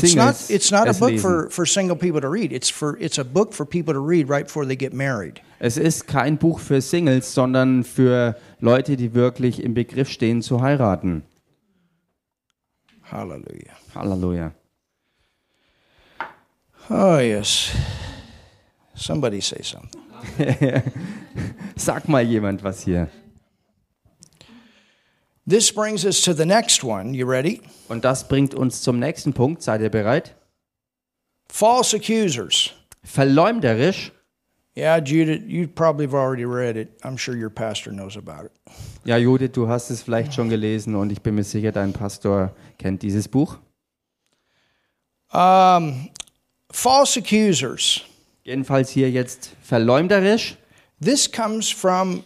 Speaker 1: not
Speaker 2: Singles
Speaker 1: it's not a
Speaker 2: es
Speaker 1: book
Speaker 2: lesen.
Speaker 1: for, for single people to read it's for it's a book for people to read right before they get married
Speaker 2: Es ist kein Buch für Singles, sondern für Leute, die wirklich im Begriff stehen zu heiraten.
Speaker 1: hallelujah
Speaker 2: Halleluja.
Speaker 1: oh yes somebody say something
Speaker 2: Sag mal jemand was hier.
Speaker 1: This brings us to the next one. You ready?
Speaker 2: Und das bringt uns zum nächsten Punkt. Seid ihr bereit?
Speaker 1: False accusers.
Speaker 2: Verleumderisch.
Speaker 1: Yeah, Judith, you probably have already read it. I'm sure your pastor knows about it.
Speaker 2: Ja, Judith, du hast es vielleicht schon gelesen und ich bin mir sicher, dein Pastor kennt dieses Buch.
Speaker 1: Um, false accusers.
Speaker 2: Jedenfalls hier jetzt verleumderisch.
Speaker 1: This comes from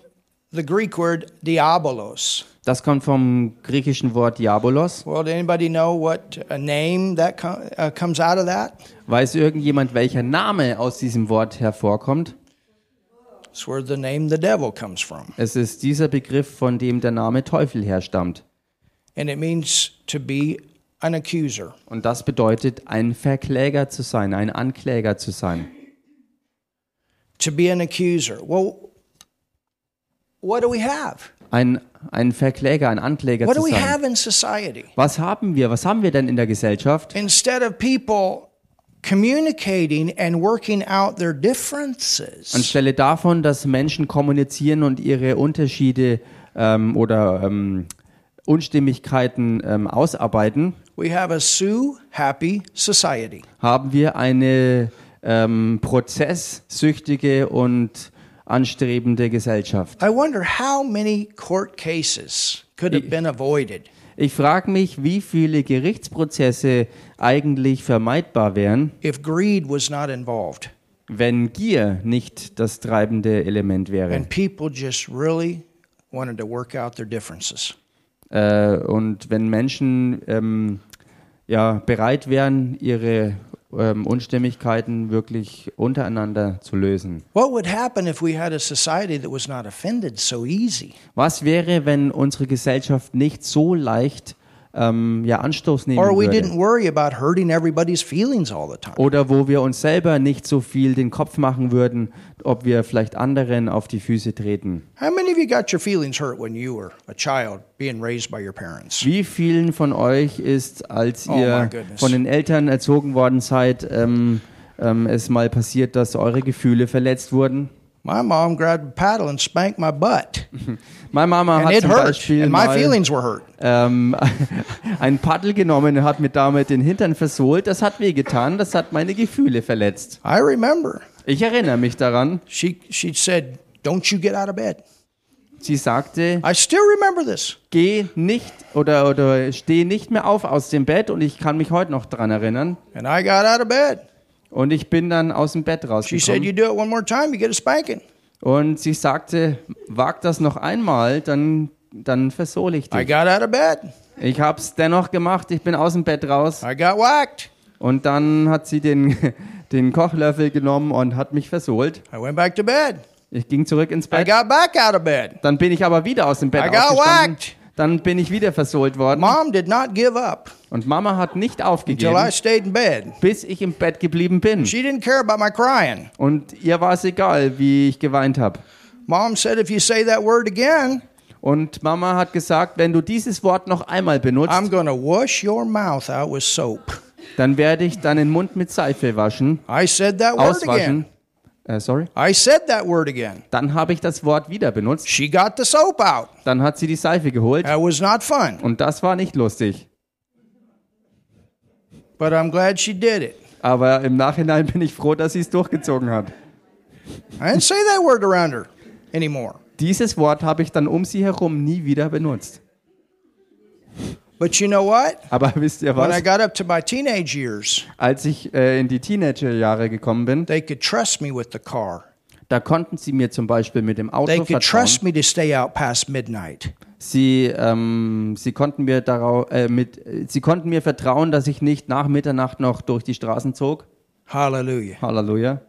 Speaker 1: the Greek word diabolos.
Speaker 2: Das kommt vom griechischen Wort Diabolos.
Speaker 1: Well, did anybody know what a name that com- uh, comes out of that?
Speaker 2: Weiß irgendjemand, welcher Name aus diesem Wort hervorkommt?
Speaker 1: It's where the name the devil comes from.
Speaker 2: Es ist dieser Begriff, von dem der Name Teufel herstammt.
Speaker 1: And it means to be an accuser.
Speaker 2: Und das bedeutet, ein Verkläger zu sein, ein Ankläger zu sein.
Speaker 1: To be an accuser. Well, what do we have?
Speaker 2: Ein, ein Verkläger, ein Ankläger
Speaker 1: What do
Speaker 2: zu
Speaker 1: we
Speaker 2: sein.
Speaker 1: have in society?
Speaker 2: Was haben wir? Was haben wir denn in der Gesellschaft?
Speaker 1: instead of people communicating and working out their differences.
Speaker 2: Anstelle davon, dass Menschen kommunizieren und ihre Unterschiede ähm, oder ähm, Unstimmigkeiten ähm, ausarbeiten,
Speaker 1: We have a Sue happy society.
Speaker 2: haben wir eine ähm, prozesssüchtige und anstrebende Gesellschaft.
Speaker 1: I wonder how many court cases could have been avoided
Speaker 2: Ich frage mich, wie viele Gerichtsprozesse eigentlich vermeidbar wären,
Speaker 1: if greed was not involved
Speaker 2: wenn Gier nicht das treibende Element wäre
Speaker 1: and people just really wanted to work out their differences.
Speaker 2: äh, und wenn Menschen ähm, ja, bereit wären, ihre ähm, Unstimmigkeiten wirklich untereinander zu lösen.
Speaker 1: What would happen if we had a society that was not offended so easy?
Speaker 2: Was wäre, wenn unsere Gesellschaft nicht so leicht ähm, ja, Anstoß nehmen
Speaker 1: Or we
Speaker 2: würde?
Speaker 1: didn't worry about hurting everybody's feelings all the time.
Speaker 2: Oder wo wir uns selber nicht so viel den Kopf machen würden, ob wir vielleicht anderen auf die Füße treten.
Speaker 1: How many of you got your feelings hurt when you were a child being raised by your parents?
Speaker 2: Wie vielen von euch ist, als
Speaker 1: Oh my
Speaker 2: ihr
Speaker 1: goodness.
Speaker 2: von den Eltern erzogen worden seid, ähm, ähm, es mal passiert, dass eure Gefühle verletzt wurden?
Speaker 1: My mom grabbed a paddle and spanked my [laughs] butt,
Speaker 2: Meine Mama
Speaker 1: and
Speaker 2: hat
Speaker 1: it
Speaker 2: zum
Speaker 1: hurt,
Speaker 2: Beispiel
Speaker 1: and my
Speaker 2: mal
Speaker 1: feelings were hurt.
Speaker 2: ähm, [laughs] einen Paddel genommen und hat mir damit den Hintern versohlt. Das hat wehgetan, das hat meine Gefühle verletzt.
Speaker 1: I remember.
Speaker 2: Ich erinnere mich daran.
Speaker 1: She she said, "Don't you get out of bed."
Speaker 2: Sie sagte,
Speaker 1: I still remember this.
Speaker 2: geh nicht oder, oder steh nicht mehr auf aus dem Bett und ich kann mich heute noch dran erinnern.
Speaker 1: And I got out of bed.
Speaker 2: Und ich bin dann aus dem Bett
Speaker 1: She said,
Speaker 2: rausgekommen.
Speaker 1: "You do it one more time, you get a spanking."
Speaker 2: Und sie sagte, wag das noch einmal, dann, dann versohle ich
Speaker 1: I
Speaker 2: dich.
Speaker 1: got out of bed.
Speaker 2: Ich hab's dennoch gemacht, ich bin aus dem Bett raus.
Speaker 1: I got whacked.
Speaker 2: Und dann hat sie den, [laughs] den Kochlöffel genommen und hat mich versohlt.
Speaker 1: I went back to bed.
Speaker 2: Ich ging zurück ins
Speaker 1: I
Speaker 2: Bett.
Speaker 1: got back out of bed.
Speaker 2: Dann bin ich aber wieder aus dem Bett
Speaker 1: I got
Speaker 2: aufgestanden.
Speaker 1: whacked.
Speaker 2: Dann bin ich wieder versohlt worden.
Speaker 1: Mom did not give up
Speaker 2: Und Mama hat nicht
Speaker 1: until I
Speaker 2: aufgegeben,
Speaker 1: stayed in bed.
Speaker 2: bis ich im Bett geblieben bin.
Speaker 1: She didn't care about my crying.
Speaker 2: Und ihr war es egal, wie ich geweint habe.
Speaker 1: Mom said, "If you say that word again,
Speaker 2: Und Mama hat gesagt, wenn du dieses Wort noch einmal benutzt,
Speaker 1: I'm going to wash your mouth out with soap."
Speaker 2: dann werde ich deinen Mund mit Seife waschen,
Speaker 1: I said that word
Speaker 2: auswaschen.
Speaker 1: again.
Speaker 2: Äh, sorry.
Speaker 1: I said that word again.
Speaker 2: Dann habe ich das Wort wieder benutzt.
Speaker 1: She got the soap out.
Speaker 2: Dann hat sie die Seife geholt.
Speaker 1: That was not fun,
Speaker 2: Und das war nicht lustig.
Speaker 1: but I'm glad she did it.
Speaker 2: Aber im Nachhinein bin ich froh, dass sie es durchgezogen hat.
Speaker 1: I didn't say that word around her anymore.
Speaker 2: Dieses Wort habe ich dann um sie herum nie wieder benutzt.
Speaker 1: But you know what?
Speaker 2: Aber [laughs] wisst ihr
Speaker 1: When I
Speaker 2: was?
Speaker 1: got up to my teenage years,
Speaker 2: Als ich äh, in die Teenagerjahre gekommen bin,
Speaker 1: they could trust me with the car.
Speaker 2: da konnten sie mir zum Beispiel mit dem
Speaker 1: They
Speaker 2: Auto
Speaker 1: could
Speaker 2: vertrauen.
Speaker 1: trust me to stay out past midnight.
Speaker 2: Sie, ähm, sie konnten mir darau äh, mit, äh, sie konnten mir vertrauen, dass ich nicht nach Mitternacht noch durch die Straßen zog.
Speaker 1: Hallelujah.
Speaker 2: Halleluja.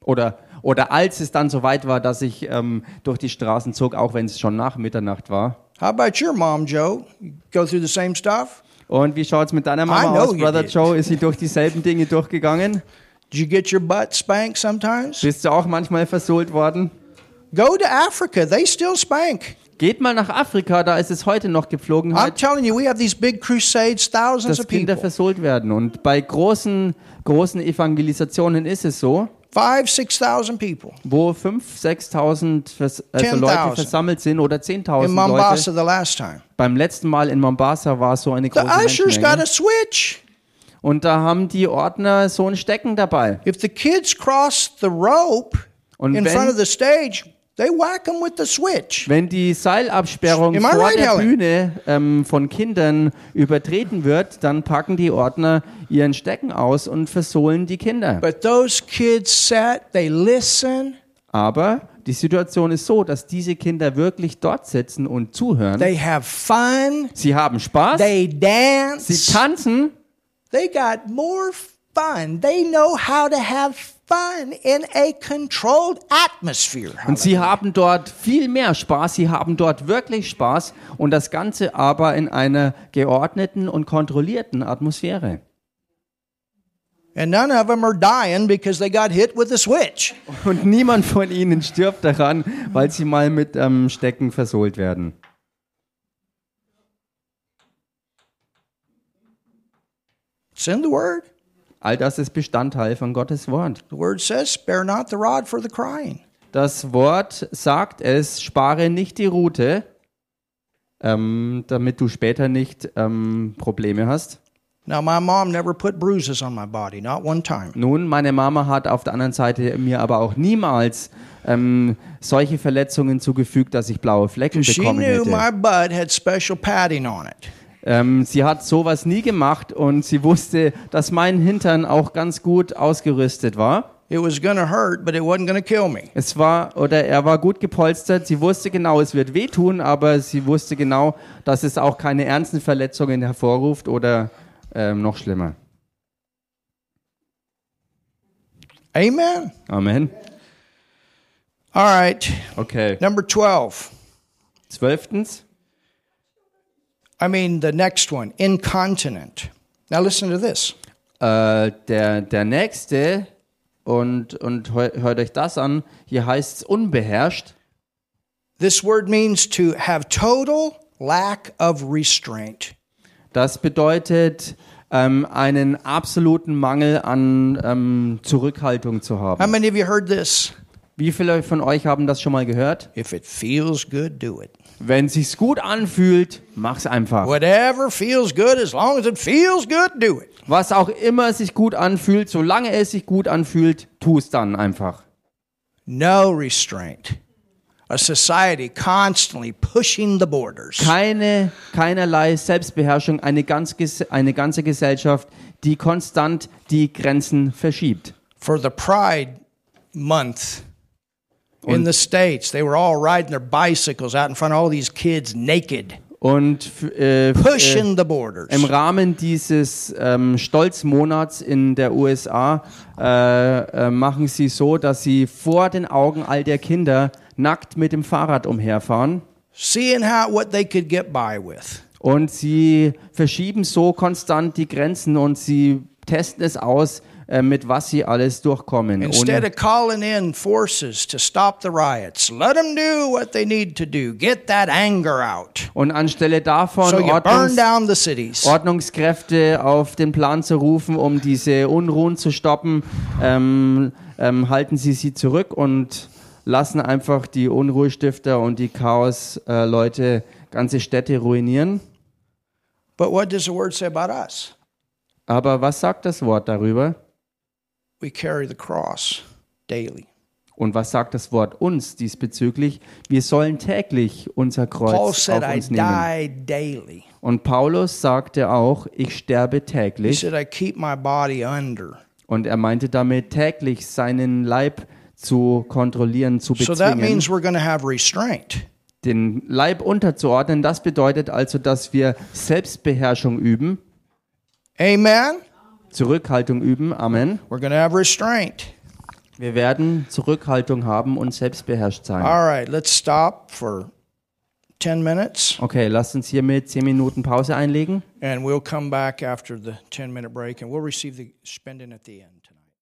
Speaker 2: Oder, oder als es dann soweit war, dass ich ähm, durch die Straßen zog, auch wenn es schon nach Mitternacht war.
Speaker 1: How about your mom, Joe? You go through the same stuff?
Speaker 2: Und wie schaut's mit deiner Mama
Speaker 1: I know
Speaker 2: aus,
Speaker 1: you
Speaker 2: Brother
Speaker 1: did.
Speaker 2: Joe? Ist sie durch dieselben Dinge durchgegangen?
Speaker 1: Did you get your butt spanked sometimes?
Speaker 2: Bist du auch manchmal versohlt worden?
Speaker 1: Go to Africa. They still spank.
Speaker 2: Geht mal nach Afrika, da ist es heute noch
Speaker 1: I'm
Speaker 2: Gepflogenheit,
Speaker 1: telling you, we have these big crusades, thousands
Speaker 2: dass
Speaker 1: of
Speaker 2: Kinder
Speaker 1: people.
Speaker 2: versohlt werden. Und bei großen, großen Evangelisationen ist es so.
Speaker 1: Five, 6,000 people.
Speaker 2: wo 5.000, 6.000 vers also
Speaker 1: 10.000.
Speaker 2: Leute versammelt sind oder 10.000
Speaker 1: In
Speaker 2: Leute.
Speaker 1: Mombasa the last time.
Speaker 2: Beim letzten Mal in Mombasa war es so eine
Speaker 1: The
Speaker 2: große
Speaker 1: ushers got
Speaker 2: Menschenmenge.
Speaker 1: a switch.
Speaker 2: Und da haben die Ordner so ein Stecken dabei.
Speaker 1: If the kids cross the rope
Speaker 2: Und
Speaker 1: in
Speaker 2: wenn-
Speaker 1: front of the stage, they whack them with the switch.
Speaker 2: Wenn die Seilabsperrung
Speaker 1: Am I
Speaker 2: vor
Speaker 1: right,
Speaker 2: der
Speaker 1: Helen?
Speaker 2: Bühne ähm, von Kindern übertreten wird, dann packen die Ordner ihren Stecken aus und versohlen die Kinder.
Speaker 1: But those kids sat, they listen,
Speaker 2: Aber die Situation ist so, dass diese Kinder wirklich dort sitzen und zuhören.
Speaker 1: they have fun,
Speaker 2: Sie haben Spaß,
Speaker 1: they
Speaker 2: sie
Speaker 1: dance.
Speaker 2: tanzen
Speaker 1: They got more fun. They know how to have fun in a controlled atmosphere.
Speaker 2: Und sie haben dort viel mehr Spaß, sie haben dort wirklich Spaß und das Ganze aber in einer geordneten und kontrollierten Atmosphäre.
Speaker 1: And none of them are dying because they got hit with a switch.
Speaker 2: Und niemand von ihnen stirbt daran, weil sie mal mit ähm, Stecken versohlt werden.
Speaker 1: It's in the Word.
Speaker 2: All das ist Bestandteil von Gottes Wort.
Speaker 1: The Word says, spare not the rod for the crying.
Speaker 2: Das Wort sagt es, spare nicht die Route, ähm, damit du später nicht ähm, Probleme hast.
Speaker 1: Now, my mom never put bruises on my body, not one time.
Speaker 2: Nun, meine Mama hat auf der anderen Seite mir aber auch niemals ähm, solche Verletzungen zugefügt, dass ich blaue Flecken
Speaker 1: She
Speaker 2: bekommen
Speaker 1: knew
Speaker 2: hätte.
Speaker 1: my butt had special padding on it.
Speaker 2: Ähm, sie hat sowas nie gemacht und sie wusste, dass mein Hintern auch ganz gut ausgerüstet war.
Speaker 1: It was going to hurt, but it wasn't going to kill me.
Speaker 2: Es war oder er war gut gepolstert. Sie wusste genau, es wird wehtun, aber sie wusste genau, dass es auch keine ernsten Verletzungen hervorruft oder ähm, noch schlimmer.
Speaker 1: Amen.
Speaker 2: Amen.
Speaker 1: All right.
Speaker 2: Okay.
Speaker 1: Number 12.
Speaker 2: Zwölftens.
Speaker 1: I mean, the next one, incontinent. Now, listen to this.
Speaker 2: Äh, der, der nächste, und, und hör, hört euch das an, hier heißt es unbeherrscht.
Speaker 1: This word means to have total lack of restraint.
Speaker 2: Das bedeutet, ähm, einen absoluten Mangel an ähm, Zurückhaltung zu
Speaker 1: How
Speaker 2: haben.
Speaker 1: many of you heard this?
Speaker 2: Wie viele von euch haben das schon mal gehört?
Speaker 1: If it feels good, do it.
Speaker 2: Wenn sich's gut anfühlt, mach's einfach.
Speaker 1: Whatever feels good, as long as it feels good, do it.
Speaker 2: Was auch immer sich gut anfühlt, solange es sich gut anfühlt, tu es dann einfach.
Speaker 1: No restraint. A society constantly pushing the borders.
Speaker 2: Keine, keinerlei Selbstbeherrschung, eine, ganz, ges- eine ganze Gesellschaft, die konstant die Grenzen verschiebt.
Speaker 1: For the Pride Month in the States, they were all riding their bicycles out in front of all these kids naked,
Speaker 2: Und f- äh, f- äh,
Speaker 1: pushing the borders.
Speaker 2: im Rahmen dieses ähm, Stolzmonats in der USA äh, äh, machen sie so, dass sie vor den Augen all der Kinder nackt mit dem Fahrrad umherfahren
Speaker 1: Seeing how what they could get by with.
Speaker 2: und sie verschieben so konstant die Grenzen und sie testen es aus, äh, mit was sie alles durchkommen.
Speaker 1: Instead
Speaker 2: Ohne,
Speaker 1: of calling in forces to stop the riots, let them do what they need to do. Get that anger out.
Speaker 2: und anstelle davon
Speaker 1: So you burn
Speaker 2: Ordnungs,
Speaker 1: down the cities.
Speaker 2: Ordnungskräfte auf den Plan zu rufen, um diese Unruhen zu stoppen, ähm, ähm, halten sie sie zurück und lassen einfach die Unruhestifter und die Chaos-Leute ganze Städte ruinieren.
Speaker 1: But what does the word say about us?
Speaker 2: Aber was sagt das Wort darüber?
Speaker 1: We carry the cross daily.
Speaker 2: Und was sagt das Wort uns diesbezüglich? Wir sollen täglich unser Kreuz
Speaker 1: Paul said,
Speaker 2: auf
Speaker 1: I
Speaker 2: uns nehmen.
Speaker 1: die daily.
Speaker 2: Und Paulus sagte auch, ich sterbe
Speaker 1: He
Speaker 2: täglich.
Speaker 1: said, I keep my body under.
Speaker 2: Und er meinte damit, täglich seinen Leib zu kontrollieren, zu
Speaker 1: So that
Speaker 2: bezwingen,
Speaker 1: means we're going to have restraint.
Speaker 2: den Leib unterzuordnen. Das bedeutet also, dass wir Selbstbeherrschung üben,
Speaker 1: Amen?
Speaker 2: Zurückhaltung üben. Amen.
Speaker 1: We're going to have restraint.
Speaker 2: Wir werden Zurückhaltung haben und selbstbeherrscht sein.
Speaker 1: All right, let's stop for 10 minutes
Speaker 2: Okay, lasst uns hiermit 10 Minuten Pause einlegen.
Speaker 1: and we'll come back after the 10 minute break and we'll receive the spending at the end. tonight.